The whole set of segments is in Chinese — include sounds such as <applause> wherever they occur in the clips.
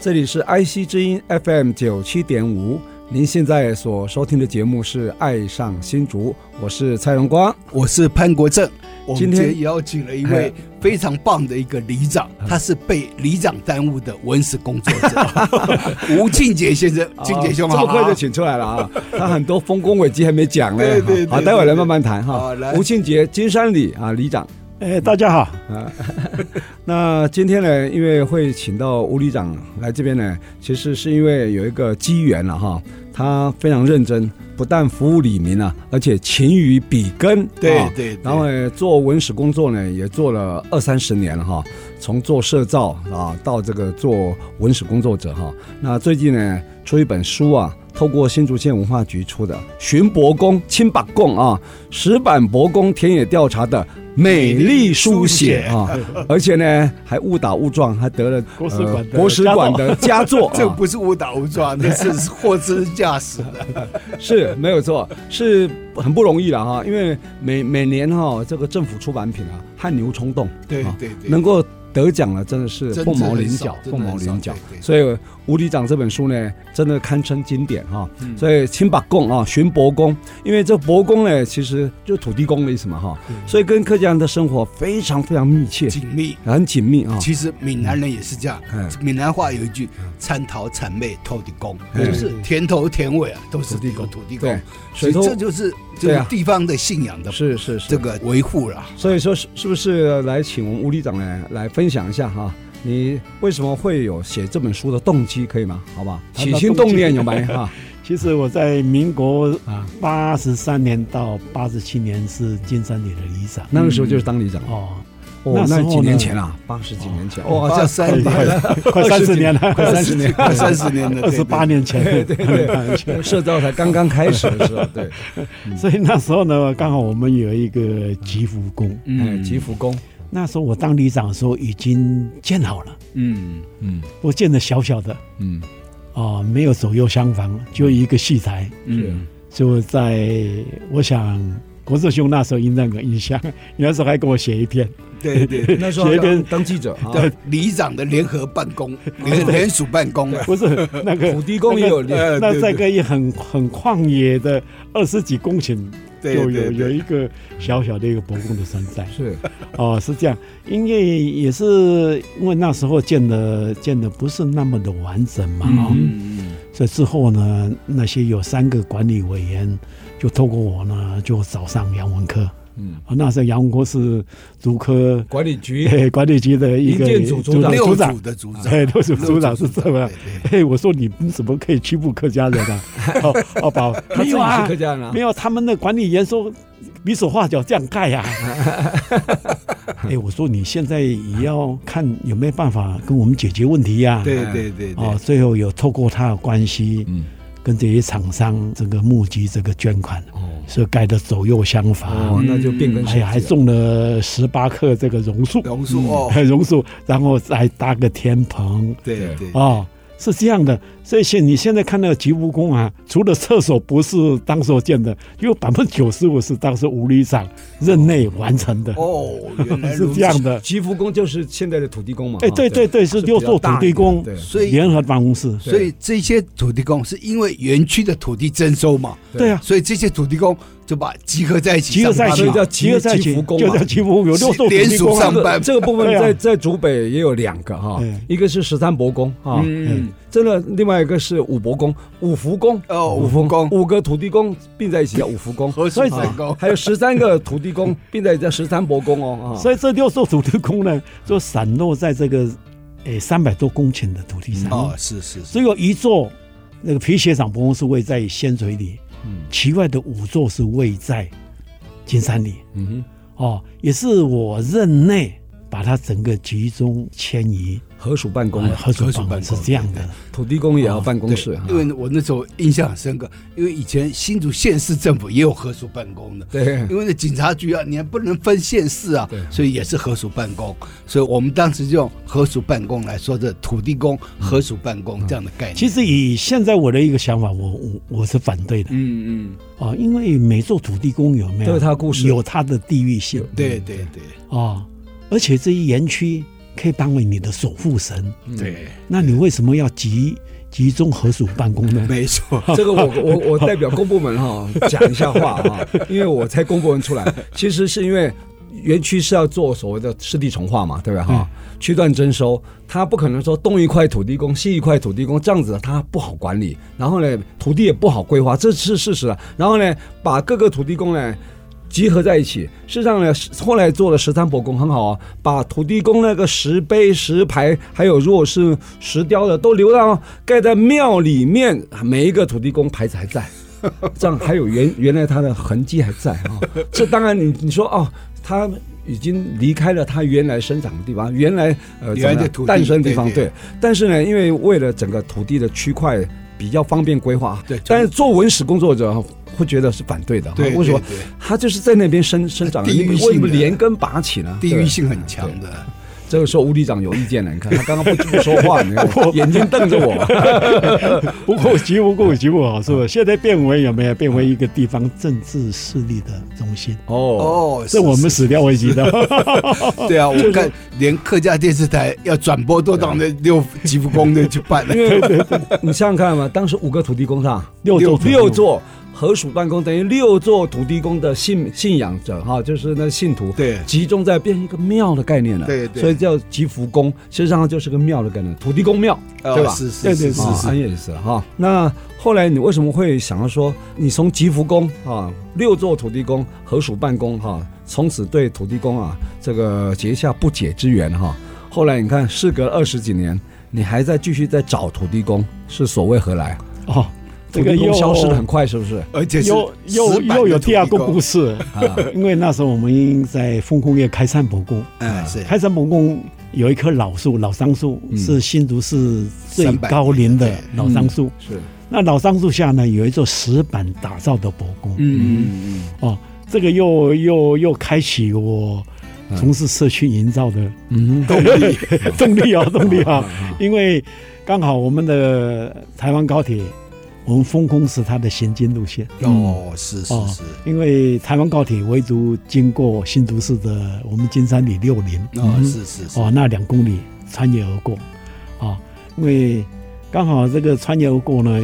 这里是 IC 之音 FM 九七点五，您现在所收听的节目是《爱上新竹》，我是蔡荣光。我是潘国正，我今们天今天邀请了一哎位非常棒的一个里长，他是被里长耽误的文史工作者，吴庆杰先生，庆杰兄这好么啊，快就请出来了 <laughs> 啊！他很多丰功伟绩还没讲呢。对对对好，对待会儿来慢慢谈哈好来。吴庆杰，金山里啊，里长。哎，大家好，那今天呢，因为会请到吴里长来这边呢，其实是因为有一个机缘了哈。他非常认真，不但服务李民啊，而且勤于笔耕。对啊对对。然后呢，做文史工作呢，也做了二三十年了哈，从做社造啊，到这个做文史工作者哈。那最近呢，出一本书啊，透过新竹县文化局出的《巡博公清白贡啊，石板博公田野调查的美丽书写啊》而且呢，还误打误撞，还得了国史馆的国史馆的佳作这啊不是误打误撞， <laughs> 那是货真价实的。是没有错，是很不容易了哈，因为每每年哈，这个政府出版品啊，汗牛充栋，对啊对对能够得奖了，真的是真凤毛麟真的角很，少凤毛麟角真的很少对。对所以吴里长这本书呢，真的堪称经典哈。嗯所以请把公啊，寻伯公，因为这伯公呢，其实就土地公的意思嘛哈，所以跟客家人的生活非常非常密切，紧密。很紧密啊。 <laughs> 其实闽南人也是这样嗯，闽南话有一句“参桃谄媚透地公”，嗯就是田头田尾啊，都是土地公有土地对公。，水所以头这就是就对是啊地方的信仰的是是是这个维护了。所以说是是不是来请我们吴里长来来分享一下哈？你为什么会有写这本书的动机，可以吗？好吧，谈到起心动念有没动机哈？ <laughs> 其实我在民国啊，八十三年到八十七年是金山里的里长。那个时候就是当里长哦， <laughs> 哦，哦那时那候呢几年前了，八十几年前，哇，这八三年，快三十年了，快三十年，快三十年了， <laughs> 二十八年前，对对对，社造才刚刚开始的时候，对，嗯所以那时候呢，刚好我们有一个吉福宫。嗯，吉福宫，那时候我当里长的时候已经建好了，嗯嗯我建的小小的，嗯，哦，没有左右厢房，就一个戏台。是啊就在我想，国志兄那时候应该有印象， <laughs> 你那时候还给我写一篇。对对对， <laughs> 那时候写一篇当当记者啊，对，里长的联合办公， <laughs> 联联署办公啊，不是那个土地公也有呃对那对在个也很很旷野的二十几公顷，对就对有有对一个小小的一个伯公的山寨是哦，是这样，因为也是因为那时候建的建的不是那么的完整嘛啊、嗯，所以之后呢，那些有三个管理委员就透过我呢，就找上杨文科，嗯啊，那时候杨文科是竹科 <laughs> 管理局，嘿管理局的一个营建组组长六组长组。的 <laughs> 组长，哎，<laughs> 都是组长六组是组这么样对。嘿，我说你们怎么可以欺负客家 <laughs> 人呢、啊？哦，哦，宝，他自没己有是啊客，家人啊没，有，他们的管理员说比手画脚这样盖 <laughs> 呀、哎，我说你现在也要看有没有办法跟我们解决问题呀、对对对对哦，对，最后有透过他的关系，嗯跟这些厂商这个募集这个捐款，哦所以盖的左右相法，哦，那就嗯变更哎呀，还种了十八棵这个榕树，嗯哎榕树哦，榕树，然后再搭个天棚，对对，哦，是这样的，所以现你现在看到吉务宫啊，除了厕所不是当时候建的，有百分之九十五是当时吴旅长任内完成的。哦，原来如 <laughs> 是此这 <laughs> 样。的，吉福宫就是现在的土地公嘛。啊哎，哈对对对，是六座土地公对所以联合办公室，所以这些土地公是因为园区的土地征收嘛，对啊，所以这些土地公就把集合在一起集合上在班一嘛，起，叫集合在一集起，福宫就嘛叫吉福有六座土联地署公啊上班这个部分 <laughs> 对啊在在竹北也有两个哈嗯，一个是十三伯公啊，嗯，真的，另外一个是五伯公、五福公哦五五福公五个土地公并在一起叫五福公，何所所以成功？还有十三个土地公并在一起叫十三伯公哦啊，所以这六座土地公呢，就散落在这个诶三百多公顷的土地上。哦，是是是，只有一座那个皮鞋厂办公室位在仙水里，嗯其外的五座是位在金山里。嗯哼，哦，也是我任内把它整个集中迁移，合署办公呃了，合署合署办公办是公这样的。土地公也要办公对室，因为我那时候印象很深刻，因为以前新竹县市政府也有合署办公的，对 <laughs> 因为那警察局啊，你还不能分县市啊对，所以也是合署办公，所以我们当时就用合署办公来说这土地公合署办公这样的概念。其实以现在我的一个想法，我我我是反对的嗯嗯，哦，因为每座土地公有没有都有它的故事有它的地域性对对对哦，而且这一园区可以当为你的守护神，对，那你为什么要集集中合署办公呢？没错， <laughs> 这个我我我代表公部门哈、讲一下话啊，因为我才公部门出来，其实是因为园区是要做所谓的湿地重化嘛，对不对哈、区段征收，它不可能说东一块土地公西一块土地公，这样子它不好管理，然后呢土地也不好规划，这是事实啊。然后呢把各个土地公呢。集合在一起。事实上呢，后来做了十三伯公很好啊，把土地公那个石碑、石牌，还有如果是石雕的，都留到盖在庙里面，每一个土地公牌子还 <laughs> 在。这样还有原原来他的痕迹还在啊、这当然你你说哦，他已经离开了他原来生长的地方，原来呃原来怎么的样土地诞生的地方对对但是呢，因为为了整个土地的区块比较方便规划，对但是做文史工作者会觉得是反对的，对为什么对对？他就是在那边生生长，地你域为性的什么连根拔起呢？地对域性很强的。这个时候吴里长有意见了，你看他刚刚 <laughs> 不不说话，你看 <laughs> 眼睛瞪着我。不过吉不过吉不好处，现在变为有没有变为一个地方政治势力的中心？哦，哦，这我们是始料未及的。是对啊，我看连客家电视台要转播都到那六吉福宫那去办了啊因。为你想想看嘛，当时五个土地公上六座土地公六座合署办公，等于六座土地公的信信仰者哈，就是那信徒，对集中在变成一个庙的概念了，对对所以叫集福宫，实际上它就是个庙的概念，土地公庙，哦对吧？是是对是对是啊是安也是哈。那后来你为什么会想要说，你从吉福宫啊，六座土地公合署办公哈、从此对土地公啊这个结下不解之缘哈、后来你看，事隔二十几年，你还在继续在找土地公，是所谓何来？哦，土这个地又公消失的很快，是不是？而且是又又石板的又有第二土个地公故，事，啊，因为那时候我们在丰工业开山伯公，嗯，是开山伯公有一棵老树，老桑树嗯是新竹市最300高龄的年老桑树。是，那老桑树下呢，有一座石板打造的伯公。嗯嗯哦，这个又又又开启我嗯从事社区营造的嗯动 <laughs> 力，动力啊，动力啊嗯啊！因为刚好我们的台湾高铁，我们封控是它的行经路线。哦，是是哦是，因为台湾高铁唯独经过新竹市的我们金山里六林，哦，是是是，哦，那两公里穿越而过，啊，因为刚好这个穿越而过呢，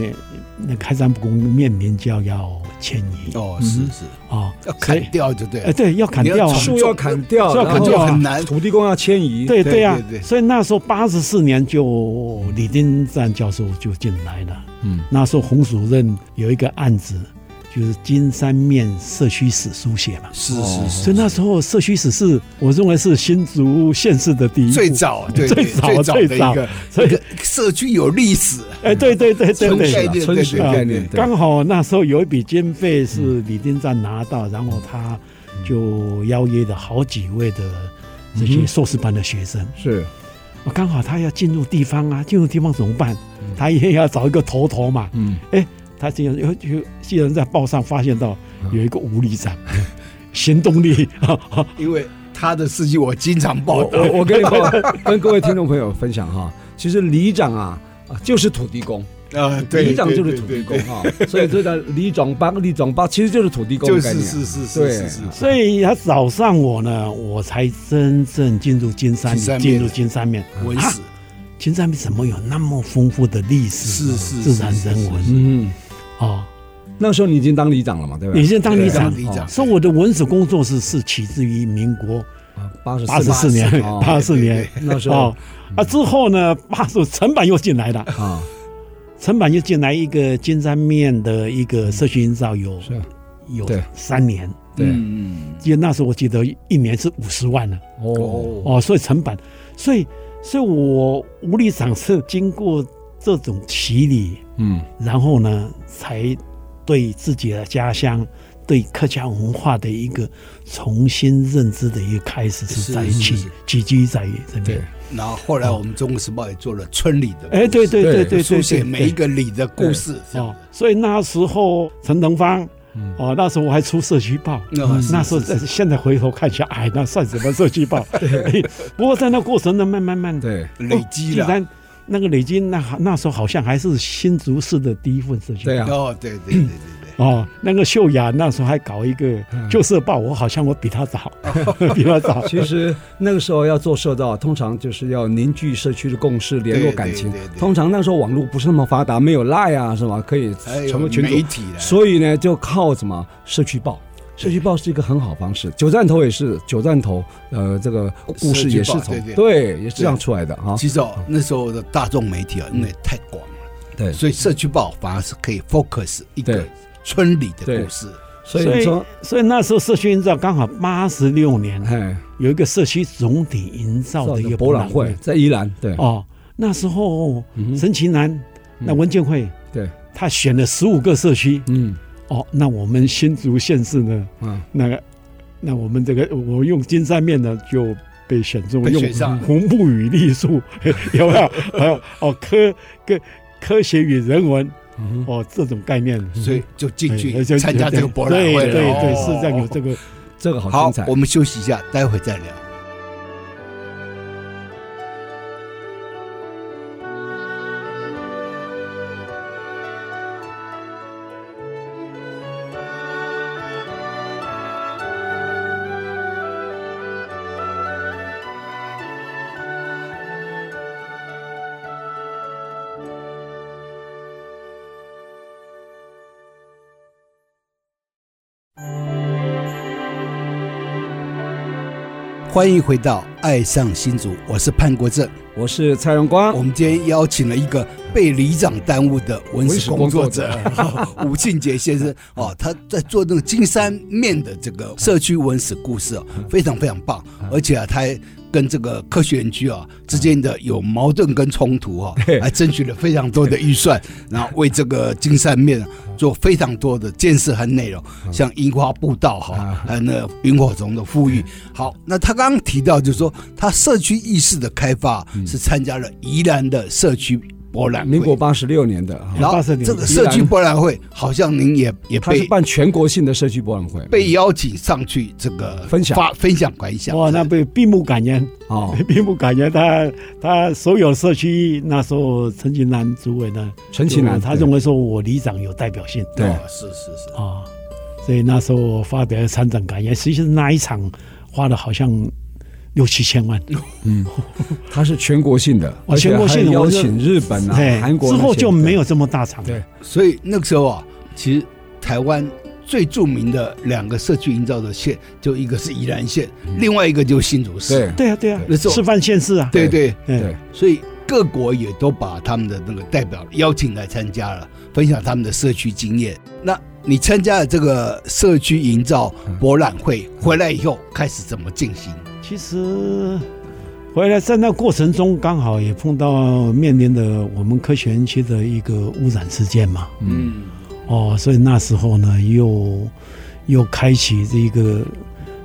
那开山不公面临就要要迁移哦，是是，啊，要所以砍掉就对哎，了，对，要砍掉你啊嗯，，要重树要砍掉，树要砍然后掉啊很难土地公要迁移，对对对啊对对，所以那时候八十四年就李丁赞教授就进来了。嗯，那时候洪主任有一个案子，就是金山面社区史书写嘛。是哦是所以是，那时候社区史是我认为是新竹县市的第一步最早对对最早最早的最一早个，所以社区有历史，哎对对对对从对概是念，对啊对对春水对概念，对刚好那时候有一笔经费是李丁赞拿到，然后他就邀约了好几位的这嗯些硕士班的学生，是，我哦刚好他要进入地方啊，进入地方怎么办？嗯他也要找一个头头嘛。嗯，他竟然又又竟然在报上发现到嗯有一个无力长， <laughs> 行动力 <laughs> 啊，因为他的事迹我经常报我道，我我跟你说，跟各位听众朋友分享哈，其实里长啊啊就是土地公，啊，对，里长对就是土地公，哈，所以这个里长帮里长帮其实就是土地公对对的就概是念。啊是是是对是是，所以他找上我呢，我才真正进入金山金山面，面进入金山面。啊文啊史金山面怎么有那么丰富的历史、是是自然是是人文嗯，啊？那时候你已经当里长了嘛，对吧你？先当里对啊长，里长所以我的文史工作室是起自于民国八十哦八十四年， <laughs> 八十四年那时候哦啊之后呢，八十陈板又进来了。啊，陈板又进来一个金山面的一个社区营造有，是有对三年，对嗯嗯因为那时候我记得一年是五十万呢、哦，哦，所以成本，所以所以我无力长是经过这种洗礼，嗯然后呢才对自己的家乡、对客家文化的一个重新认知的一个开始是是在起是是起居在这边。然后后来我们《中国时报》也做了村里的故事，哎，对对对对对，书写对每一个里的故事，这样哦，所以那时候陈腾芳，哦，那时候我还出社区报，嗯是那时候在现在回头看一下，哎，那算什么社区 <laughs> 报？哎不过在那过程呢，慢慢慢对，累积了哦既。然那个累积，那那时候好像还是新竹市的第一份社区报对啊哦，对对对对嗯对，哦，那个秀雅那时候还搞一个嗯旧社报，我好像我比 <laughs> 他早，比他早。其实那个时候要做社造，通常就是要凝聚社区的共识，联络感情对对对。对通常那时候网络不是那么发达，没有 Line 啊，是吧？可以还成有为群媒主，体了，所以呢，就靠什么社区报。社区报是一个很好方式，九站头也是九站头，呃，这个故事也是社区报从对对也是这样出来的哈。其实哦，那时候的大众媒体啊，嗯因为太广了，对，所以社区报反而是可以 focus 一个对村里的故事。所所以以说，，所以那时候社区营造刚好八十六年，哎，有一个社区总体营造的一个博览会在宜兰，对哦，那时候嗯哼陈其南嗯那文建会对，他选了十五个社区嗯哦，那我们新竹县市呢，嗯，那个那我们这个我用金山面呢就。被选中被用选上红布与栗树， <laughs> 有没有？还有哦，科科科学与人文嗯哼哦，这种概念，所以就进哎去就参加这个博览会对了。对对，哦是这样有这个这个好好精彩，。我们休息一下，待会再聊。欢迎回到《爱上新竹》，我是潘国正。我是蔡荣光啊我，们今天邀请了一个被里长耽误的文史工作者 <laughs> 吴庆杰先生哦，他在做那个金山面的这个社区文史故事哦，非常非常棒，嗯而且啊，他还跟这个科学园区啊之间的有矛盾跟冲突啊，还争取了非常多的预算，然后为这个金山面啊做非常多的建设和内容，嗯像樱花步道哈，还有那萤火虫的富嗯裕。好，那他刚刚提到就是说，他社区意识的开发是参加了宜兰的社区博览嗯民国会。八十六年的，哈然后80年这个社区博览会好像您也也它是被办全国性的社区博览会，被邀请上去这个分享发分享感想。哇，那是被闭目感言， <laughs> 哦，闭目感言他，他所有社区那时候陈其南主委呢，陈其南就他认为说我里长有代表性，对哦是是是，啊，所以那时候我发表参展感言，实际上那一场花了好像六七千万，它是全国性的，哦而且全国性的还邀我是请日本啊、哎韩国之那些后就没有这么大场，对所以那个时候啊，其实台湾最著名的两个社区营造的县，就一个是宜兰县，另外一个就是新竹市。对对啊对啊那，时候示范县市啊，对对，哎对所以各国也都把他们的那个代表邀请来参加了，分享他们的社区经验。那你参加了这个社区营造嗯博览会，回来以后开始怎么进行？其实回来在那过程中，刚好也碰到面临的我们科学园区的一个污染事件嘛。嗯，哦，所以那时候呢，又又开启这一个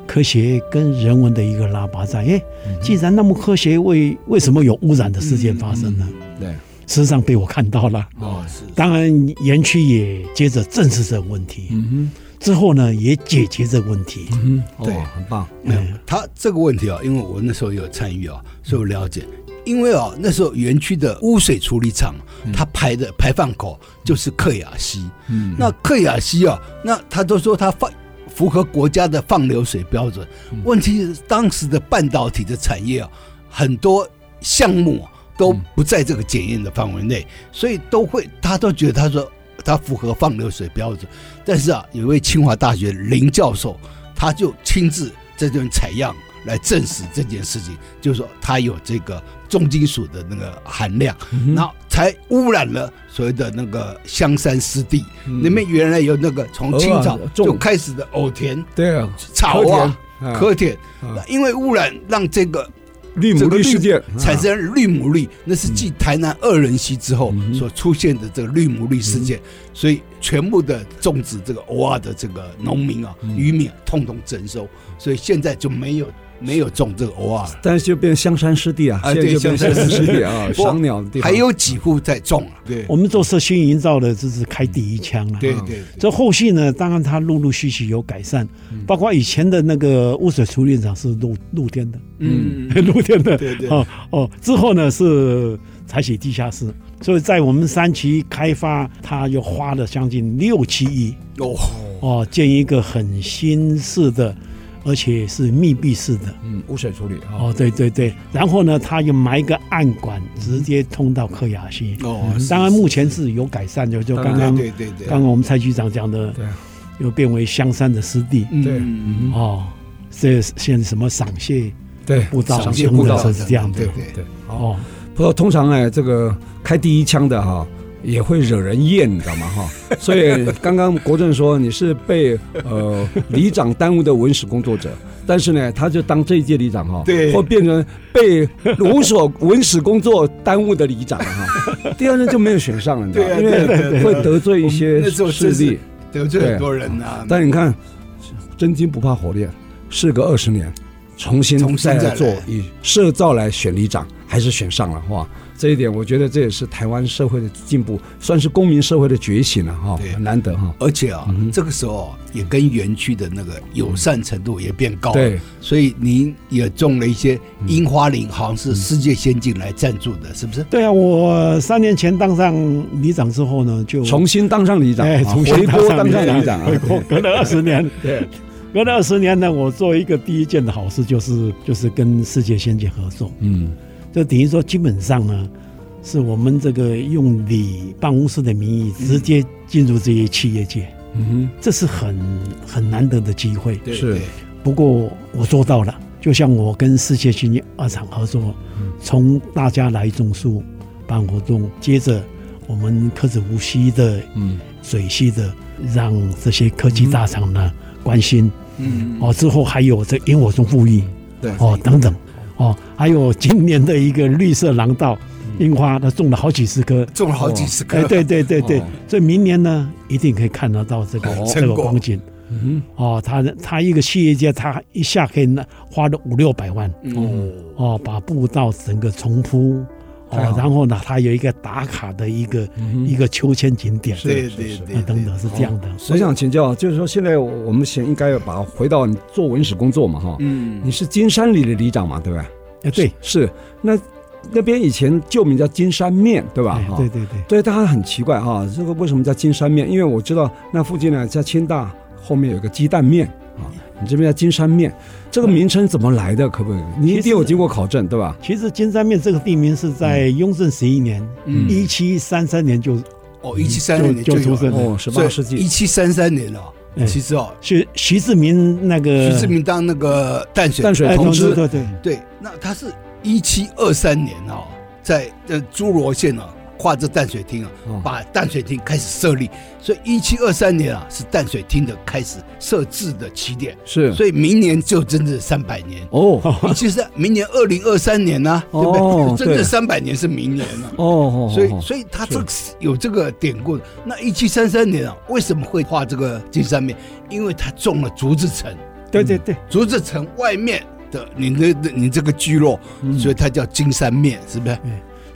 科学跟人文的一个拉拔战。哎，既然那么科学，为为什么有污染的事件发生呢？对，事实上被我看到了。哦，是当然，园区也接着正视这个问题，嗯之后呢，也解决这个问题。哼，嗯哼，对哦，很棒，嗯他这个问题啊，因为我那时候有参与啊，所以我了解。因为啊，那时候园区的污水处理厂，它排的排放口就是克雅溪。嗯，那克雅西啊，那他都说他放符合国家的放流水标准。问题是当时的半导体的产业啊，很多项目都不在这个检验的范围内，所以都会他都觉得他说他符合放流水标准。但是啊，有一位清华大学林教授，他就亲自在这边采样。来证实这件事情，就是说它有这个重金属的那个含量，然后才污染了所谓的那个香山湿地，里面原来有那个从清朝偶尔种就开始的藕田、对啊，草啊、田可田，嗯那因为污染让这个绿啊这牡个蛎绿事件产生绿牡蛎，那是继台南二人溪之后嗯哼所出现的这个绿牡蛎事件，所以全部的种植这个偶尔的这个农民啊、渔民、啊、通通征收，所以现在就没有没有种这个偶尔。但是就变香山湿地啊，啊现在对就变香香山山湿湿地地啊，赏鸟的地方。还有几户在种啊？对我们做社区营造的，这是开第一枪了。对对对，这后续呢，当然它陆陆续续有改善，嗯包括以前的那个污水处理厂是露露天 <laughs> 的，嗯，露天的，对对 <laughs> 哦哦，之后呢是采取地下室，所以在我们三期开发，它又花了将近六七亿哦，哦，建一个很新式的，而且是密闭式的。嗯，污水处理啊，哦，对对对，然后呢，他又埋一个暗管，直接通到克雅西。哦是当然目前是有改善的，就当刚然刚对对对刚刚我们蔡局长讲的，对啊又变为香山的湿地。嗯对嗯哦，这现什么赏蟹对，步道、赏蟹等步道等都是这样的。对对。哦，不过通常哎呢，这个开第一枪的哈、也会惹人厌，你知道吗？哈， <laughs> 所以刚刚国政说你是被呃里长耽误的文史工作者，但是呢，他就当这一届里长哈、对或变成被无所文史工作耽误的里长哈、 <laughs> 第二任就没有选上了，你知道吗？因对啊对啊对为啊会得罪一我们些那时候势真是力。得罪很多人啊呐。但你看，真金不怕火炼，事隔二十年，重新重新再再来来做，以社造来选里长，还是选上了哇！这一点，我觉得这也是台湾社会的进步，算是公民社会的觉醒了哈对，很难得哈。而且啊，这个时候啊也跟园区的那个友善程度也变高了，对，所以您也种了一些樱花林，好像是世界先进来赞助的，是不是？对啊，我三年前当上里长之后呢，就重新当上里长，哎，啊重回新锅当上里长啊回， <laughs> 锅对隔了二十年，对，隔了二十年呢，我做一个第一件的好事就是就是跟世界先进合作，嗯，就等于说基本上呢，是我们这个用你办公室的名义直接进入这些企业界，嗯这是很很难得的机会。对是对不过我做到了，就像我跟世界先进二厂合作，从大家来种树办活动，接着我们科子无锡的哼，嗯，水系的，让这些科技大厂呢关心嗯，哦。之后还有这萤火虫富裕，对哦等等哦，还有今年的一个绿色廊道樱花，它种了好几十棵。种了好几十哎，棵，对对对对哦，这明年呢，一定可以看得到这个哦这成个果光景。嗯哦，他他一个企业家，他一下可以拿花了五六百万哦，哦，把步道整个重铺哦嗯太好，了嗯然后呢，他有一个打卡的一个、一个秋千景点，对是对是对啊，等等是这样的。我想请教，啊就是说现在我们先应该要把它回到你做文史工作嘛哈，嗯你是金山里的里长嘛，对吧？哎，对，是那那边以前旧名叫金山面，对吧哎？哈、对对对，对，大家很奇怪哈、这个为什么叫金山面？因为我知道那附近呢，在清大后面有个鸡蛋面啊，你这边叫金山面，这个名称怎么来的？可不可以？你一定有经过考证，对吧？其实金山面这个地名是在雍正十一年，嗯一七三三年就哦，一七三二年就有出生了了，哦，十八世一纪，七三三年了。嗯其实哦，是徐志明那个徐志明当那个淡水淡水哎同同志志，对对，对，那他是一七二三年啊，在呃诸罗县啊，划着淡水厅啊哦，把淡水厅开始设立，所以一七二三年啊是淡水厅的开始设置的起点，是所以明年就真正三百年。哦 <laughs> 哦其实明年二零二三年呢、对不对？哦真对正三百年是明年了、哦哦，所以，哦所以他这个是有这个典故的。那一七三三年啊，为什么会画这个金山面？因为他种了竹子城，对对对，竹子城外面的你的你这个聚落，嗯所以它叫金山面，是不是？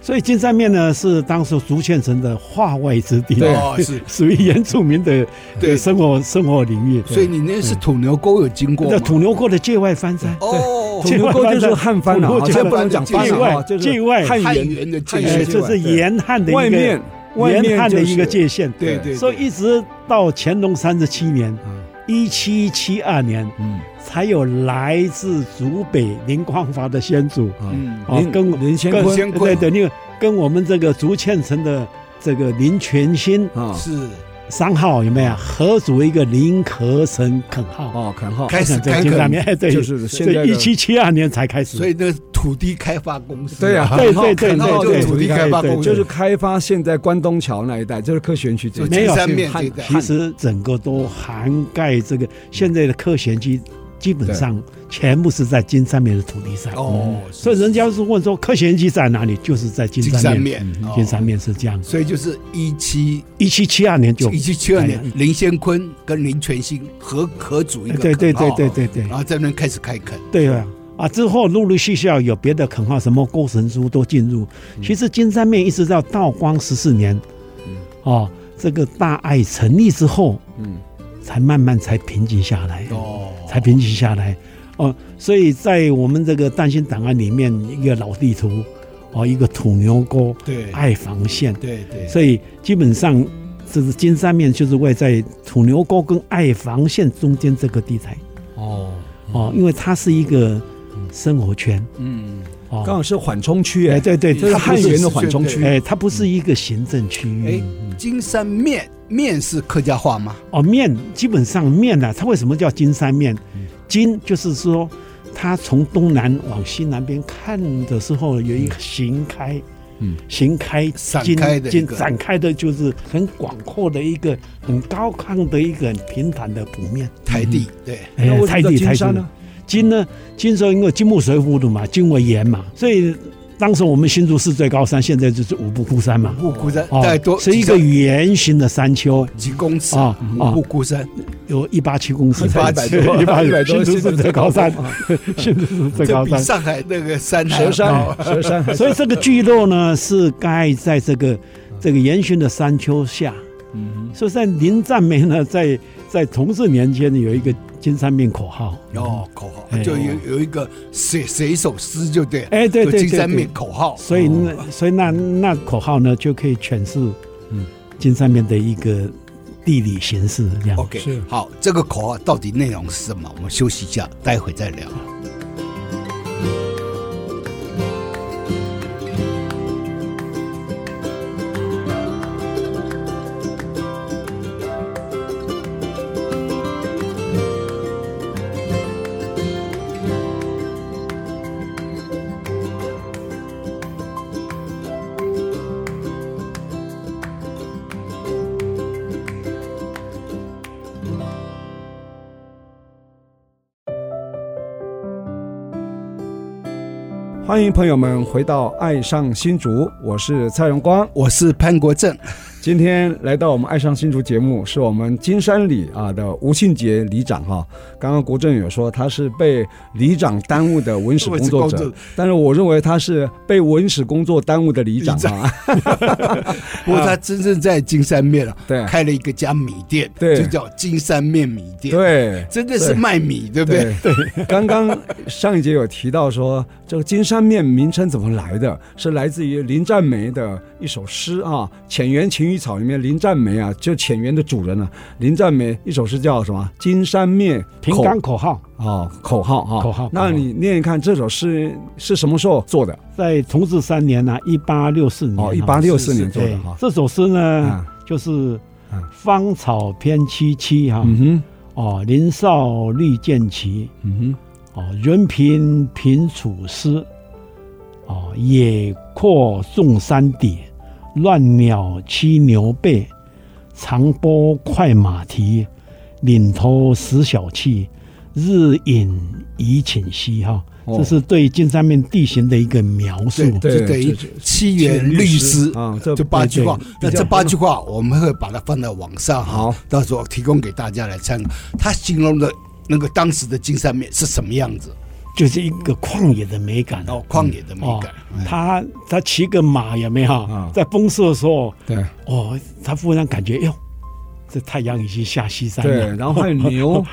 所以金山面呢是当时竹堑城的化外之地， <laughs> 哦，是。属于原住民的对的生活生活领域。所以你那是土牛沟有经过那吗？土牛沟的界外翻山，哦土，牛沟就是汉番了，土啊牛现在不能就是讲番界了外啊，就是界外汉汉人源的汉界源哎，限，这是沿汉的一个外面外面沿汉的就是一个界限。对对，所以一直到乾隆三十七年嗯（一七七二年嗯），才有来自竹北林光华的先祖啊，嗯，啊林，跟林先跟坤先坤对对，因为跟我们这个竹堑城的这个林全新啊是商号有没有合组一个林壳城垦号？哦，肯浩开始在开金山面，垦，哎，对，就是现在的一七七二年才开始。所以那个土地开发公司，啊对呀、对很好对对看到对这对个土地对开发对工对就是开发现在关东桥那一带，就是科学园区这就一没带。金有山面这一带其实整个都涵盖这个现在的科学园区基本上全部是在金山面的土地上。哦，嗯所以人家是问说科学研究在哪里，就是在金金山山面。嗯面，哦金山，面是这样，所以就是一七一七七二年就一七七二哎年呀，林先坤跟林全兴合合组一个对对垦对号对对对然后在那边开始开垦，对啊。啊，之后陆陆续续要有别的垦号，什么勾神珠都进入。嗯其实金山面一直到道光十四年，哦，这个大爱成立之后，嗯，才慢慢才平静下来。哦，嗯才平息下来。哦，所以在我们这个担心档案里面，一个老地图，哦，一个土牛沟、对爱防线，对对，哎所以基本上这是金山面，就是位在土牛沟跟爱防线中间这个地带。哦，哦，因为它是一个生活圈。嗯，哦，刚好是缓冲区哎，哎，对对，这是它汉汉源源的的，缓冲区，哎，它不是一个行政区哎域。，金山面面是客家话吗？哦，面基本上面呢、它为什么叫金山面？嗯金就是说，它从东南往西南边看的时候，有一个行开，嗯，行开散金开的一金个展开的就是很广阔的一个很高亢的一个很平坦的普面，台地，对，哎那为什台么叫地金台山地呢。？金呢，金说因为金木水火土嘛，金为岩嘛，所以当时我们新竹市最高山，现在就是五步枯山嘛，五谷山大概多哦是一几个圆形的山丘。几公尺啊啊五谷山，有一八七公尺， 187一八100多新竹市最高山， <laughs> 新竹市最这高比山。上海那个山还蛇高啊山，蛇山还是，所以这个聚落呢，是盖在这个这个严峻的山丘下。嗯所以在林占梅呢，在在同治年间有一个金山面口号，哦，口号哎就有有一个谁谁首诗就对了，哎对对就对金山对面口号，所以那所以那那口号呢，就可以诠释嗯金山面的一个地理形势这样。 OK，是好，这个口号到底内容是什么？我们休息一下，待会再聊。嗯欢迎朋友们回到《爱上新竹》，我是蔡荣光。我是潘 <laughs> 国正，今天来到我们《爱上新竹》节目，是我们金山里啊的吴信杰里长哈。刚刚国政有说他是被里长耽误的文史工作 <laughs> 文史工者作，但是我认为他是被文史工作耽误的里长啊哈。不过他真正在金山面啊， <laughs> 对开了一个家米店，对就叫金山面米店，，对，真的是对卖米，对不对？对， <laughs> 刚刚上一节有提到说，这个金山面名称怎么来的？是来自于林占梅的一首诗啊，《浅园晴雨草》里面林占梅啊，就浅园的主人啊，林占梅一首诗叫什么？金山面平口冈口号哦，口号哈、口号那你念一看这首诗是什么时候做的？在同治三年呢，一八六四年啊，哦，一八六四是年做的对哈，。这首诗呢啊，就是嗯“芳草偏萋萋”哈，嗯哼，哦，林少绿渐齐，嗯哦，人贫贫处思，哦，野阔众山底，乱鸟栖牛背，长波快马蹄，岭头食小气，日饮怡寝息哈。哦这是对金山面地形的一个描述。对就等于这这七元律师哼，啊，这就八句话对对，那比这较八句话我们会把它放在网上，好，到时候提供给大家来参考。他形容的那个当时的金山面是什么样子？就是一个旷野的美感然后旷野的美哦嗯感，，他他骑个马有没哎啊有？在风速的时候，对哦，他忽然感觉哟，这太阳已经下西山对，了。然后还有 <laughs> 牛，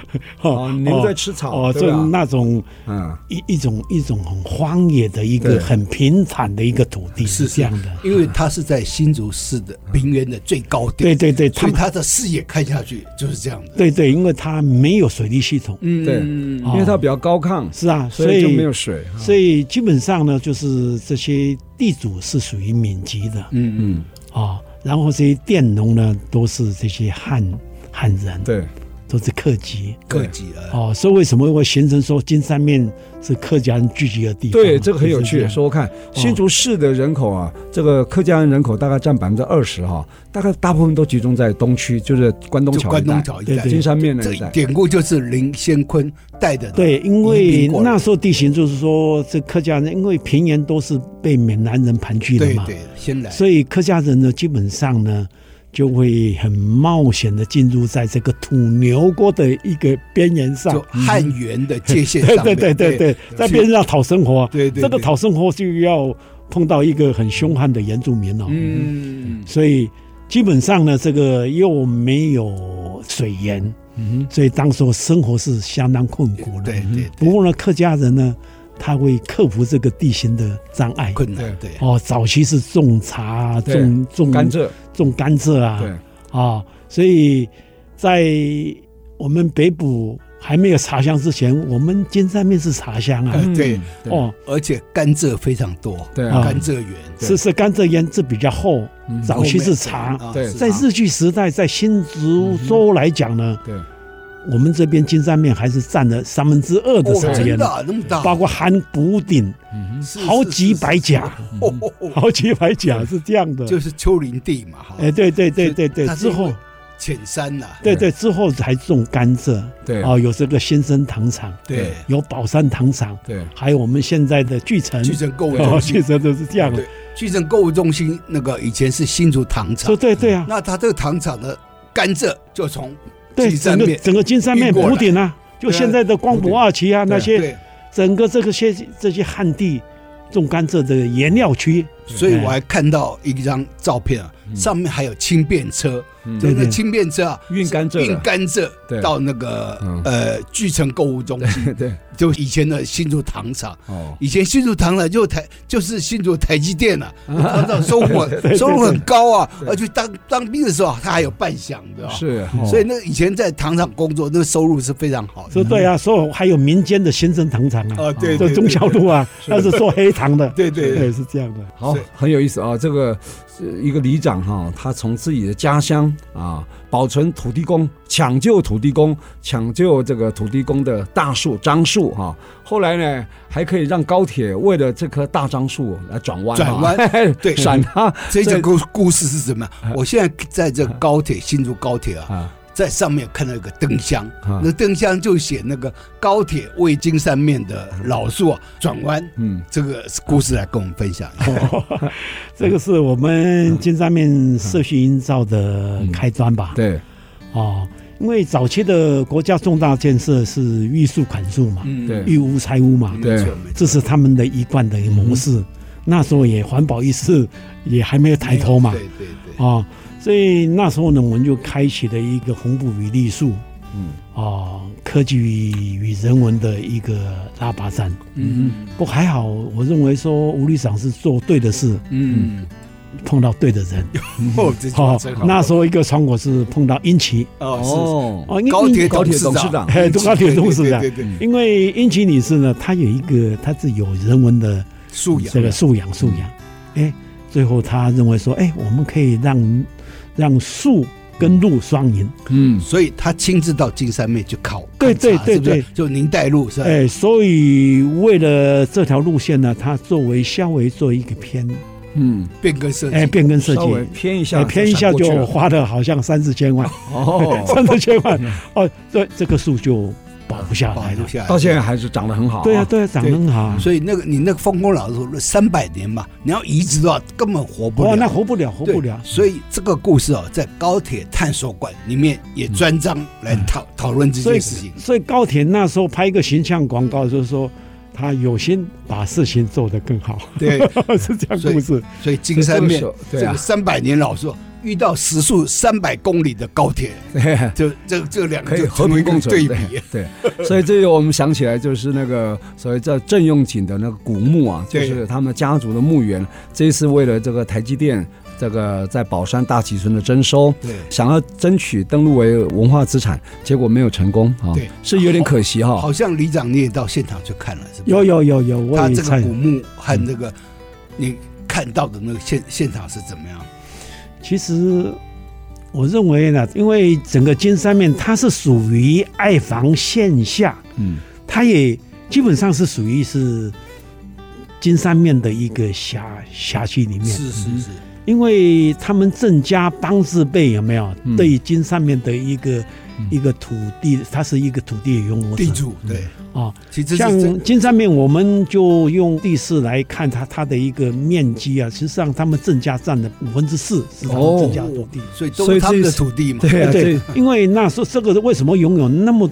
哦，牛在吃草，哦，对就吧？那种嗯，一一种一种很荒野的一对个很平坦的一个土地是这样的。因为它是在新竹市的嗯平原的最高对点，对对，所他以们他的视野看下去就是这样的。对对，因为它没有水利系统，哦对，嗯因为它比较高亢，嗯是啊，所所以以就没有水。啊所以基本上呢，就是这些地主是属于闽籍的，嗯嗯，啊、然后这些佃农呢，都是这些汉汉人，对，都是客籍。各级啊，哦，所以为什么会形成说金山面是客家人聚集的地方？对，这个很有就是趣。样说说看，新竹市的人口啊，这个客家人人口大概占百分之二十哈，大概大部分都集中在东区，就是关东就桥一关带东、桥一带对，金山面那这一带。典故就是林先坤带的。对，因为移民过来那时候地形就是说，这客家人因为平原都是被闽南人盘踞的对嘛，对，先来。所以客家人呢，基本上呢，就会很冒险的进入在这个土牛锅的一个边缘上就，汉元的界限对上对面，啊嗯对对对，在边缘上讨生活，对对这个对讨生活就要碰到一个很凶悍的原住民了、哦，嗯所以基本上呢，这个又没有水源，嗯所以当时候生活是相当困苦的。对对嗯不过呢，客家人呢，他会克服这个地形的障碍。困难，对哦，早期是种茶、对种种哼，甘、蔗种甘蔗啊，对，啊、所以在我们北部还没有茶乡之前，我们金山面是茶乡 <laughs> 啊。嗯对，哦，而且甘蔗非常多，对啊甘蔗园是是甘蔗园这比较厚，嗯早期是茶。啊对是在日据时代，在新嗯竹州来讲呢，对，我们这边金山面还是占了三分之二的茶哦，园真，的啊那么大，包括含补顶，嗯是好几百甲，是是哦哦哦好几百甲是这样的。 <laughs> 就是丘陵地嘛，哈，哎，对对对对对，它是之因为后浅山呐，对对之后才种甘蔗，对哦，有这个先生糖厂，对，有宝山糖厂，对，还有我们现在的巨城，巨城购物中哦，巨心，城都是这样的对。，巨城购物中心那个以前是新竹糖厂说，对对啊，那它这个糖厂的甘蔗就从对金山整个面整个金山面运过来补顶啊，就对啊现在的光补谱顶二期啊那些，对，整个这个些这些旱地种甘蔗的原料区，所以我还看到一张照片啊，上面还有轻便车，嗯就对那嗯对轻便车啊，运甘蔗的运甘蔗对到那个嗯呃巨城购物中 <laughs> <laughs> 心，对，就以前的新竹糖厂。哦，以前新竹糖厂就台就是新竹台积电 <laughs> 啊，他这收入很收入很高啊，而且当当兵的时候啊他还有半饷的啊，是，所以哦那以前在糖厂工作，那个收入是非常好的说对啊，说还有民间的先生糖厂啊，啊，对这对中小路啊，是那是做黑糖的，对对嗯对对是这样的。好所以，很有意思啊。这个呃一个里长哈、他从自己的家乡啊，保存土地公，抢救土地公，抢救这个土地公的大树樟树哈、后来呢，还可以让高铁为了这棵大樟树来转弯、啊，转弯 <laughs> 对闪它这一故故事是什么？我现在在这高铁新竹高铁啊，啊。在上面看到一个灯箱啊，那灯箱就写那个高铁未经上面的老树啊转弯，嗯，这个故事来跟我们分享一下。这个是我们金山面社区营造的开端嗯吧？对，哦，因为早期的国家重大建设是玉树砍树嘛，嗯对玉屋拆屋嘛，对没错没错这是他们的一贯的模嗯式。那时候也环保意识也还没有抬头嘛，对对对。哦，所以那时候呢，我们就开启了一个红布与栗树，嗯，哦，科技与人文的一个拉拔站。嗯不过还好，我认为说吴律长是做对的事，嗯，碰到对的人。啊哦，这句话真好。那时候一个窗口是碰到英奇哦，哦，哦，因是高铁高铁董董事事长长， <laughs> 哎，都高铁董事 <laughs> 长对。对对，因为英奇女士呢，她有一个她是有人文的素养啊嗯这个素养素养，哎，最后她认为说，哎，我们可以让让树跟路双赢，嗯，所以他亲自到金山妹去考，对勘察对对是不是对就宁代路是吧？哎，所以为了这条路线呢，她作为肖维做一个偏，嗯，变更设计，哎，变更设稍微计。偏一下闪哎，过去了，偏一下就花了好像三 <laughs> 四千万，哦， <laughs> 三四千万，哦，这这个树就保不下保来留了。下来。到现在还是长得很好、对啊，，对啊，长得很好。所以那个你那个丰功老树三百年嘛，你要移植的话根本活不了。哦，那活不了，活对不了。所以这个故事哦，在高铁探索馆里面也专章来讨讨论这所以件事情。所以高铁那时候拍一个形象广告，就是说他有心把事情做得更好，对， <laughs> 是这样故事。所以金山面对这啊个三百年老树遇到时速三百公里的高铁， <laughs> 对。就这这两 <laughs> 可个以就和平共存成为一个对比。对，对所以这个我们想起来就是那个所谓叫郑用景的那个古墓啊，就对是他们家族的墓园，这一次为了这个台积电这个在宝山大崎村的征收。对，想要争取登录为文化资产，结果没有成功啊对，是有点可惜哈。好像里长你也到现场去看了，是吧？哦有有有有，我他也嗯这在个。古墓和这个你看到的那个现现场是怎么样？其实我认为呢，因为整个金山面它是属于爱房线下，嗯，它也基本上是属于是金山面的一个辖辖区里面。嗯是是是，因为他们郑家帮字辈有没有、嗯对金上面的一个、一个土地，它是一个土地拥有者嗯地主对，啊。其实像是这金上面，我们就用地势来看它它的一个面积啊，实际上他们郑家占了五分之四是他们郑家的土地。所以都所以是他们这的是土地嘛。对啊，对这，因为那时候这个为什么拥有那么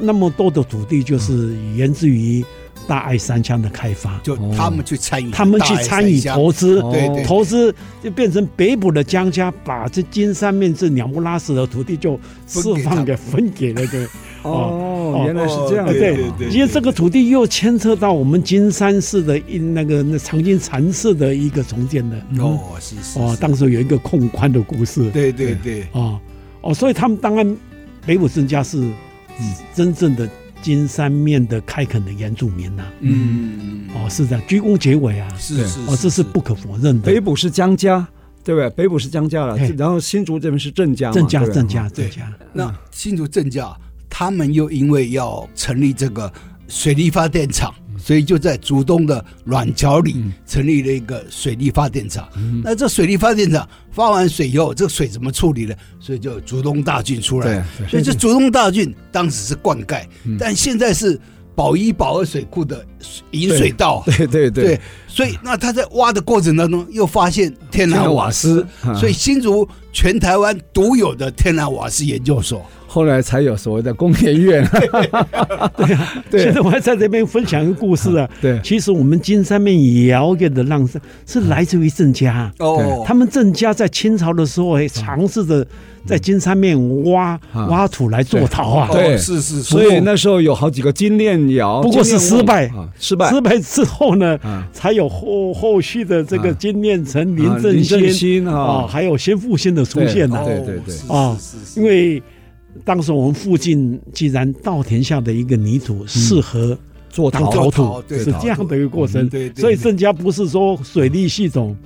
那么多的土地，就是源自于大爱三枪的开发，就他们去参与，啊他们去参与投资，哦对对投资就变成北部的江家把这金山面这鸟不拉屎的土地就释放给分给那个。哦，原来是这样哦子，对对对，对因为这个土地又牵涉到我们金山市的一那个那长金禅寺的一个重建的哦，是是哦是，当时有一个控官的故事。对对对，啊，哦，所以他们当然北浦郑家是嗯真正的金山面的开垦的原住民呐、嗯，哦，是的，鞠躬结尾啊，是是，哦，这是不可否认北的。部是江家，对不对？北部是江家了对，然后新竹这边是郑家嘛，郑家，对不对郑家，对啊郑家，那新竹正教他们又因为要成立这个水力发电厂，所以就在竹东的软桥里成立了一个水力发电厂。那这水力发电厂发完水以后，这个水怎么处理呢？所以就有竹东大郡出来对。对所以这竹东大郡当时是灌溉，但现在是保一保二水库的引水道。对对对对，所以那他在挖的过程当中又发现天天然然瓦瓦斯斯，啊所以新竹全台湾独有的天然瓦斯研究所。后来才有所谓的工业院， <laughs> 对现在我还在这边分享一个故事啊。 <laughs> 对其实我们金山面窑业的浪是是来自于郑家，哦，他们郑家在清朝的时候也哎尝试着在金山面挖嗯啊挖土来做陶啊。对哦是是，所以那时候有好几个金链窑，不过金是链瓮失败啊失败，失败之后呢，啊才有后后续的这个啊金念成、林啊正林正新新啊，啊，还有先父新的出现哦呐。对对对哦因为当时我们附近既然稻田下的一个泥土嗯适合做当陶陶土陶，对是这样的一个过程嗯对。对所以郑家不是说水利系统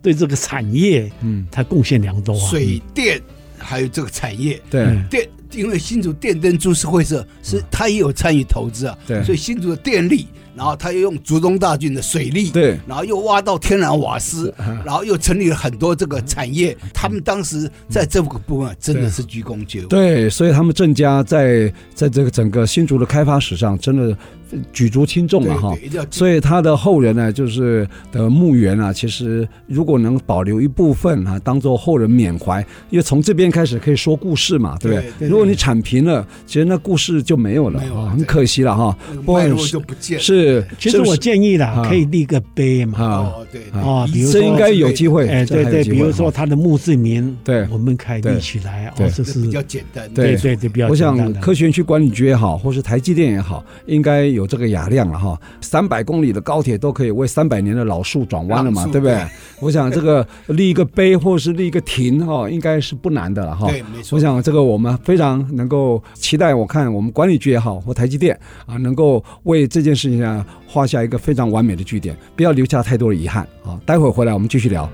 对这个产业嗯，它贡献良多啊。水电还有这个产业对嗯电，因为新竹电灯株式会社是它也有参与投资啊，嗯对所以新竹的电力，然后它又用竹东大郡的水利，对嗯然后又挖到天然瓦斯，然后又成立了很多这个产业，他们当时在这个部分啊真的是鞠躬尽瘁。对，所以他们郑家在在这个整个新竹的开发史上，真的呃举足轻重对了哈对，。一定要所以他的后人呢，就是的墓园啊，其实如果能保留一部分啊，当做后人缅怀，因为从这边开始可以说故事嘛，对不对对？对如果你铲平了，其实那故事就没有了，没有了啊很对可惜了哈。那个不过脉络是就不见了。是，其实我是建议啦啊，可以立个碑嘛。啊，哦，对啊哦比如这说应该有机会，哎，这对还有对，机比会如说啊他的墓志铭，对我们可以对立起来，哦对，这这是比较简单。对对对对，比较我想简单的科学园区管理局也好，或是台积电也好，应该有这个雅量了哈。三百公里的高铁都可以为三百年的老树转弯了嘛老，树对不对对？我想这 <laughs> 个立一个碑或是立一个亭哈，应该是不难的了哈。对，没错。我想这个我们非常能够期待，我看我们管理局也好或台积电啊，能够为这件事情啊画下一个非常完美的句点，不要留下太多的遗憾啊。待会儿回来我们继续聊。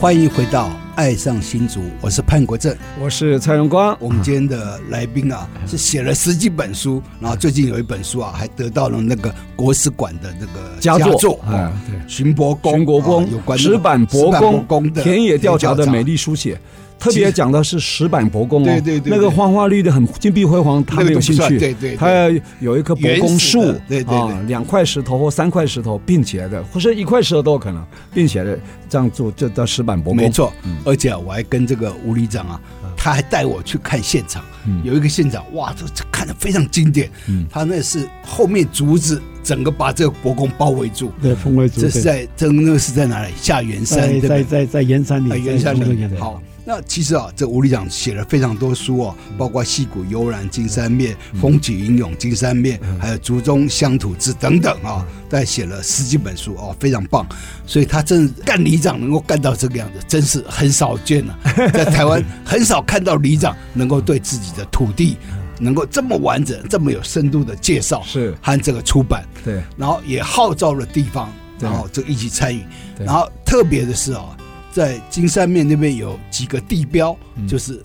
欢迎回到《爱上新竹》，我是潘国正。我是蔡荣光，我们今天的来宾啊，是写了十几本书，然后最近有一本书啊，还得到了那个国史馆的那个佳作作《哎哦对巡博宫》全国啊宫有、关那个石板博石宫、的田野调查的美丽，丽书写，特别讲的是石板博宫哦，对对对对那个花花绿绿很金碧辉煌，他那没个有都不兴算趣，对对对他要有一棵博公树原始的，对对对啊，两块石头或三块石头并且的，或是一块石头都有可能并且的这样做，就叫石板博宫，没，错。嗯而且我还跟这个吴里长啊，他还带我去看现场，嗯有一个现场，哇，这这看的非常经典。他那是后面竹子整个把这个博宫包围住，对风味竹这是在这那个是在哪里？下元山在对不在对？在在盐山里啊，，原山在中正里盐山好，那其实啊，这吴理长写了非常多书哦，包括《戏骨悠然金山面》《风起云涌金山面》，还有《竹中乡土志》等等啊，大概写了十几本书哦，非常棒。所以他真干里长能够干到这个样子，真是很少见了、啊，在台湾很少看到里长能够对自己的土地。能够这么完整、这么有深度的介绍，是和这个出版，对，然后也号召了地方，对然后就一起参与。对然后特别的是啊，在金山面那边有几个地标，嗯就是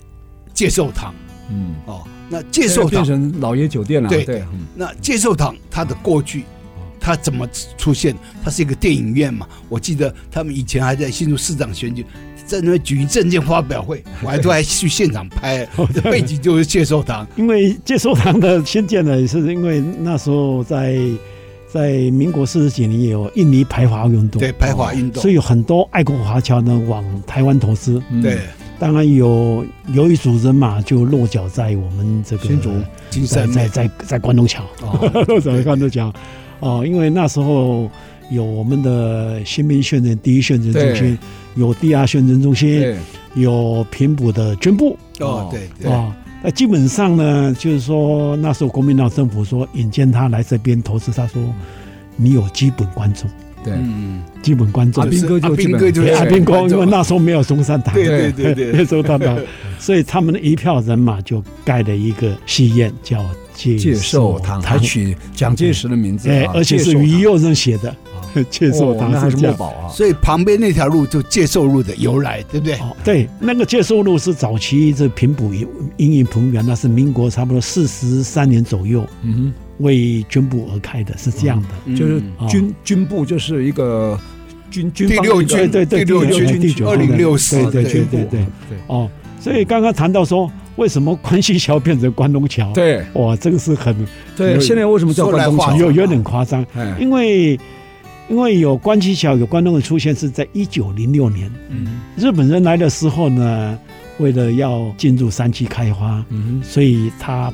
介寿堂嗯，哦。那介现在寿变堂，成老爷酒店了，对对，嗯那介寿堂它的过去。它怎么出现？它是一个电影院嘛？我记得他们以前还在新竹市长选举，在那边举行证件发 <laughs> 表会，我还都还去现场拍，哦背景就是介寿堂。因为介寿堂的新建呢，是因为那时候在在民国四十几年也有印尼排华运动，对，排华运动所，以有很多爱国华侨呢往台湾投资，嗯对，当然有有一组人马就落脚在我们这个新竹金在山在面在在关东桥，哦，落 <laughs> 脚在关东桥，哦，因为那时候有我们的新兵训练第一训练中心，有第二训练中心，对，嗯有平埔的军部，哦，对对。啊，那基本上呢，就是说那时候国民党政府说引荐他来这边投资，他说你有基本观众，对，嗯，基本观众阿兵哥就阿基兵本哥就 <laughs> 对是阿兵哥，因为那时候没有中山堂，对对对 <laughs> 那对时候他 <laughs> 们，所以他们的一票人马就盖了一个戏院，叫介介寿寿堂堂，还取蒋介石的名字哎，啊，而且是介寿堂于右任写的 <laughs> 啊介寿哦，那还堂是这墨样。宝啊， <laughs> 所以旁边那条路就介寿路的由来，对不对？哦，对，那个介寿路是早期这平埔营营营平原，那是民国差不多四十三年左右嗯为军部而开的，是这样的。哼，就是嗯军军部就是一个军军第方的六一个军，对对第六第六军军第九军2064对对对对对对对哦，所以刚刚谈到说，为什么关西桥变成关东桥？，对啊哇，这个是很对，有现在为什么叫关东说来话桥？有有点夸张，哎，因为因为有关西桥有关东的出现是在一九零六年，嗯日本人来的时候呢，为了要进入山区开发，嗯所以他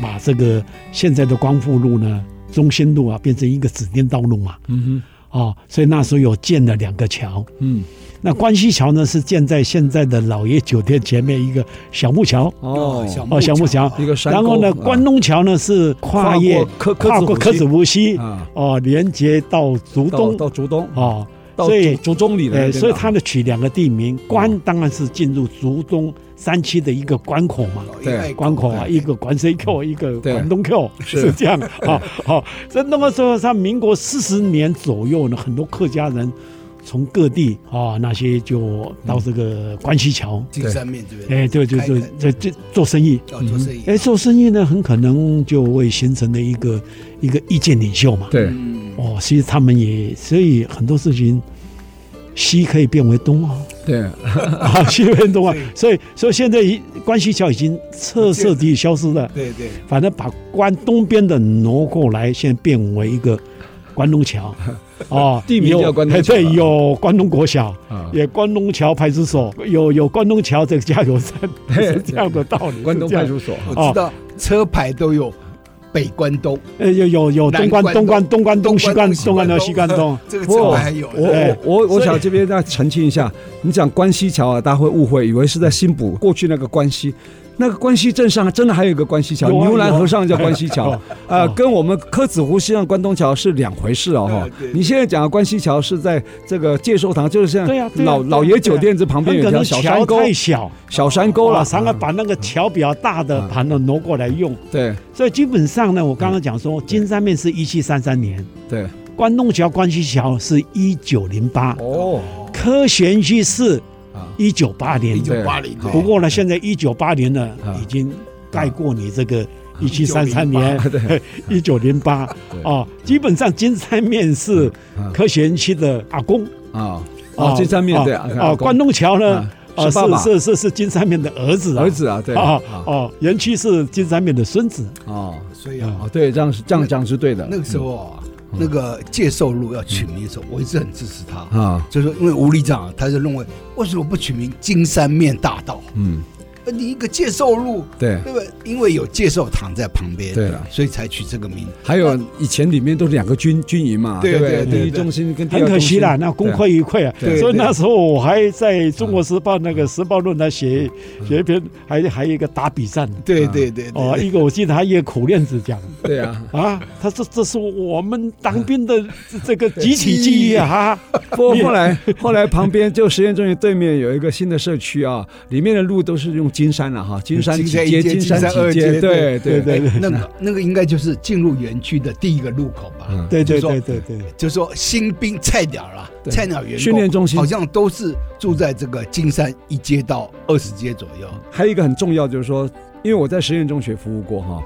把这个现在的光复路呢、中心路啊，变成一个指定道路嘛，哼嗯哦，所以那时候有建了两个桥。哼嗯那关西桥呢是建在现在的老爷酒店前面一个小木桥，哦，哦，小木桥。一个山沟，然后呢，啊关东桥呢是跨越跨过柯跨过柯柯子子湖湖溪，啊，哦，连接到竹到东，到竹东啊，哦，到所以竹竹中里的那呃，边啊，所以它的取两个地名，关当然是进入竹东山区的一个关口嘛。嗯对关口啊，一个关西口，一个对关东口，是是这样 <laughs> 啊。好，所以那个时候，上民国四十年左右呢，很多客家人从各地啊那些就到这个关西桥，金山面这嗯边哎，对对对，嗯这这做生意。要做生意。哎，做生意呢，很可能就会形成了一个一个意见领袖嘛。对嗯，哦，其实他们也，所以很多事情，西可以变 <laughs> 为东啊，对啊，西变东啊，所以所以现在一关西桥已经彻彻底底消失了，对对，反正把关东边的挪过来，现在变为一个关东 <laughs> 桥，哦，地名有叫关东哎桥 <laughs> 对，啊有关东国小，啊，也关东桥派出所，有有关东桥这个 <laughs> 加油站，是这样的道理，关东是这样派出所啊，我知道车牌都有北关东，呃，有有有南东关关东关东东关东西关东关东关东哦东西关东。 <laughs> 这个不车过牌还有。我哎我我我所以想这边再澄清一下，你讲关西桥啊，大家会误会，以为是在新浦过去那个关西。那个关西镇上真的还有一个关西桥，有啊牛栏有啊河上叫关西桥 <laughs> 哦，呃哦，跟我们柯子湖西上关东桥是两回事哦哈哎对。你现在讲的关西桥是在这个介寿堂，就是像对啊呀对呀老对呀老爷酒店这旁边有很可条能小山桥沟，太小，小山沟了，了，反而把那个桥比较大的嗯盘呢挪过来用。对所以基本上呢，我刚刚讲说，金山面是一七三三年，对关东桥、关西桥是一九零八，哦科学区是啊一九八零一。九八零，不过呢，现在一九八零呢啊已经盖过你这个一七三三年 <laughs> 对，啊一九零八对哦，基本上金山面是嗯科学区的阿公。啊哦，这上面对啊哦，关东桥呢，啊啊是爸是爸是是是金山面的儿子啊，儿子啊对啊啊哦，园区是金山面的孙子，哦所以啊，哦对，这样是这样讲是对的那个时候啊，那个介寿路要取名的时候，我一直很支持他，啊啊就是因为吴里长他就认为为什么不取名金山面大道？嗯呃你一个介寿路，对对不对？因为有介寿堂在旁边，对了所以才取这个名字。还有以前里面都是两个军军营嘛，对不对对第一对中心跟第二很中可惜心啦，那功对啊亏一篑啊对。所以对那时候我还在《中国时报》那个时报论坛写写一篇，还还有一个打比战。对对对哦，对，一个我记得他一个苦练子讲对啊，啊，他说这是我们当兵的这这个集体记忆啊，不过后 <laughs> 来后来旁边就实验中心对面有一个新的社区啊，里面的路都是用金山了哈，金山金几山一街、街金山金山几二街，街对对对对，哎那个那个应该就是进入园区的第一个入口吧。嗯对对就说对对对。就说新兵菜鸟啦，对菜鸟员工训练中心好像都是住在这个金山一街到二十街左右。还有一个很重要就是说，因为我在实验中学服务过哈，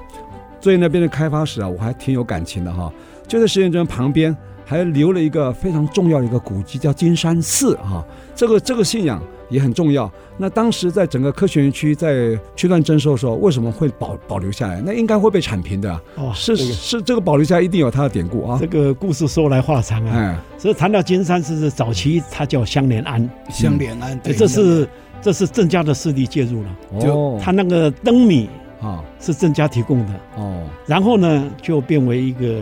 对那边的开发史啊，我还挺有感情的哈。就在实验中旁边还留了一个非常重要的一个古迹，叫金山寺哈。这个这个信仰也很重要。那当时在整个科学园区在区段征收的时候，为什么会保保留下来？那应该会被铲平的、啊，哦，是这个是这个保留下来一定有它的典故啊这。个故事说来话长啊。哎，所以谈到金山寺，是早期它叫香莲庵，香莲庵，对哎这是这是郑家的势力介入了。哦，它那个灯米啊是郑家提供的，哦然后呢就变为一个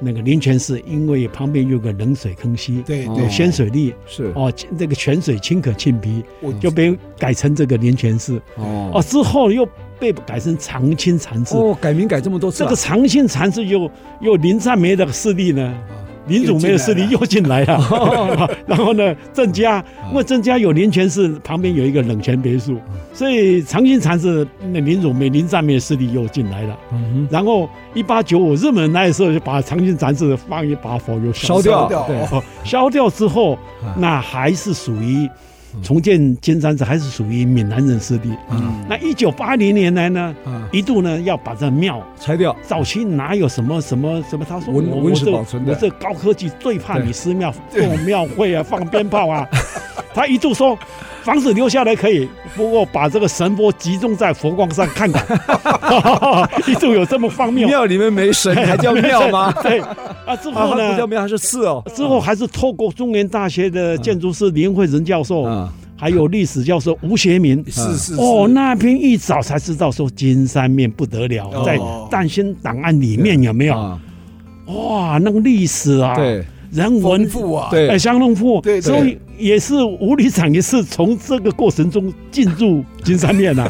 那个林泉寺，因为旁边有个冷水坑溪，对哦有对，仙水利，是哦，这个泉水清可沁鼻，我就被改成这个林泉寺。哦，哦之后又被改成长清禅寺。哦，改名改这么多次这啊，个长清禅寺又又林占梅的势力呢，林祖梅的势力啊又进来了， <laughs> 啊然后呢，郑家，因为郑家有林泉寺，旁边有一个冷泉别墅，所以长兴禅寺那林祖梅、林占梅的势力又进来了。嗯哼然后一八九五日本人来的时候，就把长兴禅寺放一把火油烧掉，掉烧掉对哦烧掉之后啊，那还是属于重建金山寺，还是属于闽南人势力。啊那一九八零年来呢，啊，一度呢要把这庙拆掉。早期哪有什么什么什么？他说文我文我史这保存的我这高科技最怕对你寺 <laughs> 庙做庙会啊，放鞭炮啊。他一度说，房子留下来可以，不过把这个神波集中在佛光山看 <laughs> 看。一度有这么方面。庙里面没神，还叫庙 <laughs> 吗？对啊，之啊，后它不叫呢？庙，它是寺哦。之后还是透过中原大学的建筑师林慧仁教授，啊，还有历史教授吴学明，是是哦，是那篇一早才知道说金山面不得了，哦在蛋仙档案里面有没有？啊哇，那个历史啊，对人丰文富啊， <laughs> <laughs> 对哎，相当富，对对所以也是五里场也是从这个过程中进入金山 <laughs> 面啊，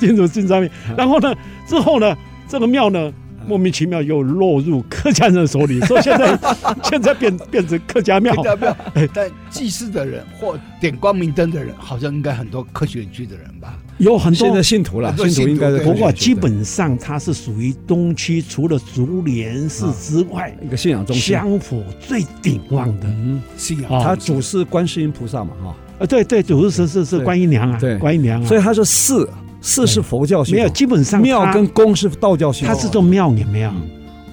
进入金山面，然后呢，之后呢，这个庙呢。莫名其妙又落入客家人手 <laughs> 里，所以现在现在变变成客家庙不。要不要，但祭祀的人或点光明灯的人，好像应该很多科学园区的人吧？有很多现在信徒了，很多信徒应该是信徒不对过基本上它是属于东区，除了竹联寺之外，一个信哎仰中心。香火最鼎旺的。嗯，信仰啊它主是观世音菩萨嘛，呃，对对，主持是是对观音娘啊对，观音娘哈，啊所。以它是寺，寺是佛教信没有，仰，基本上哦庙它跟嗯宫是道教啊信它仰。是做庙也没有，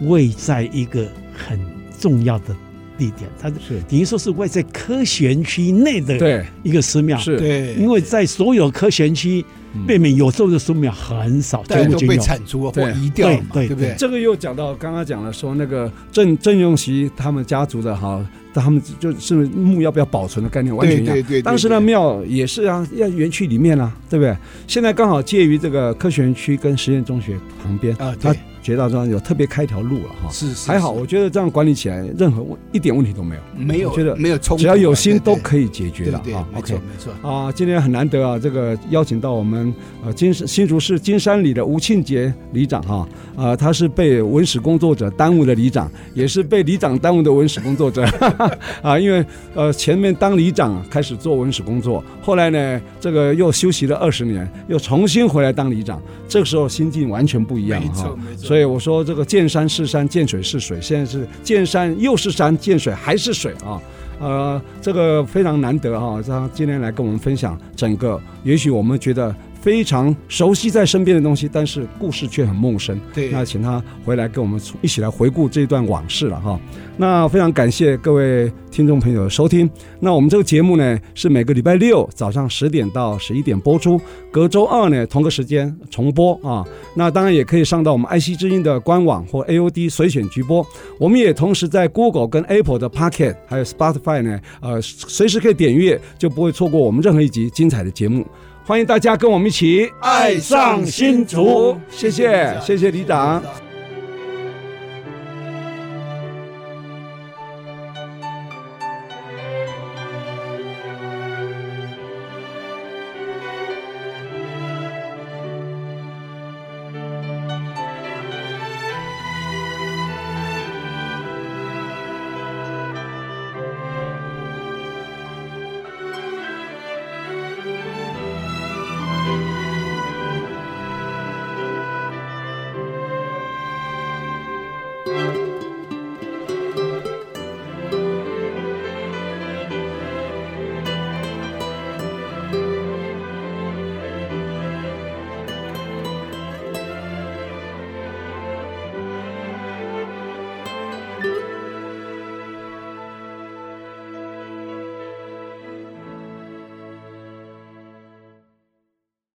位在一个很重要的地点，它是等于说是位在科学园区内的对一个寺庙。。是对，因为在所有科学园区嗯背面有宙的寺庙很少，大全家部都均被有。铲除或对移掉嘛，对对对不对？这个又讲到刚刚讲了说那个郑郑用锡他们家族的哈，他们就是墓要不要保存的概念完全对一样对。对，当时的对庙也是啊，要园区里面啊，对不对？现在刚好介于这个科学园区跟实验中学旁边啊它对绝大中有特别开一条路了啊哈。是是还好，是我觉得这样管理起来，任何问一点问题都没有，没有我觉得没有冲突啊，只要有心对都对可以解决对了对啊，。没错 OK。没错，啊，今天很难得啊！这个邀请到我们呃金新竹市金山里的吴庆杰里长哈、啊，呃，他是被文史工作者耽误的里长，也是被里长耽误的文史工作者 <laughs> 啊，因为呃前面当里长开始做文史工作，后来呢这个又休息了二十年，又重新回来当里长，这个时候心境完全不一样没哈、错没错。所以我说这个见山是山，见水是水，现在是见山又是山，见水还是水啊。呃，这个非常难得哈、他今天来跟我们分享整个，也许我们觉得非常熟悉在身边的东西，但是故事却很陌生。对那请他回来跟我们一起来回顾这段往事了哈。那非常感谢各位听众朋友的收听。那我们这个节目呢，是每个礼拜六早上十点到十一点播出，隔周二呢同个时间重播啊。那当然也可以上到我们爱惜之音的官网或 AOD 随选直播。我们也同时在 Google 跟 Apple 的 Pocket 还有 Spotify 呢，呃，随时可以点阅，就不会错过我们任何一集精彩的节目。欢迎大家跟我们一起爱上新竹谢谢，谢谢李长。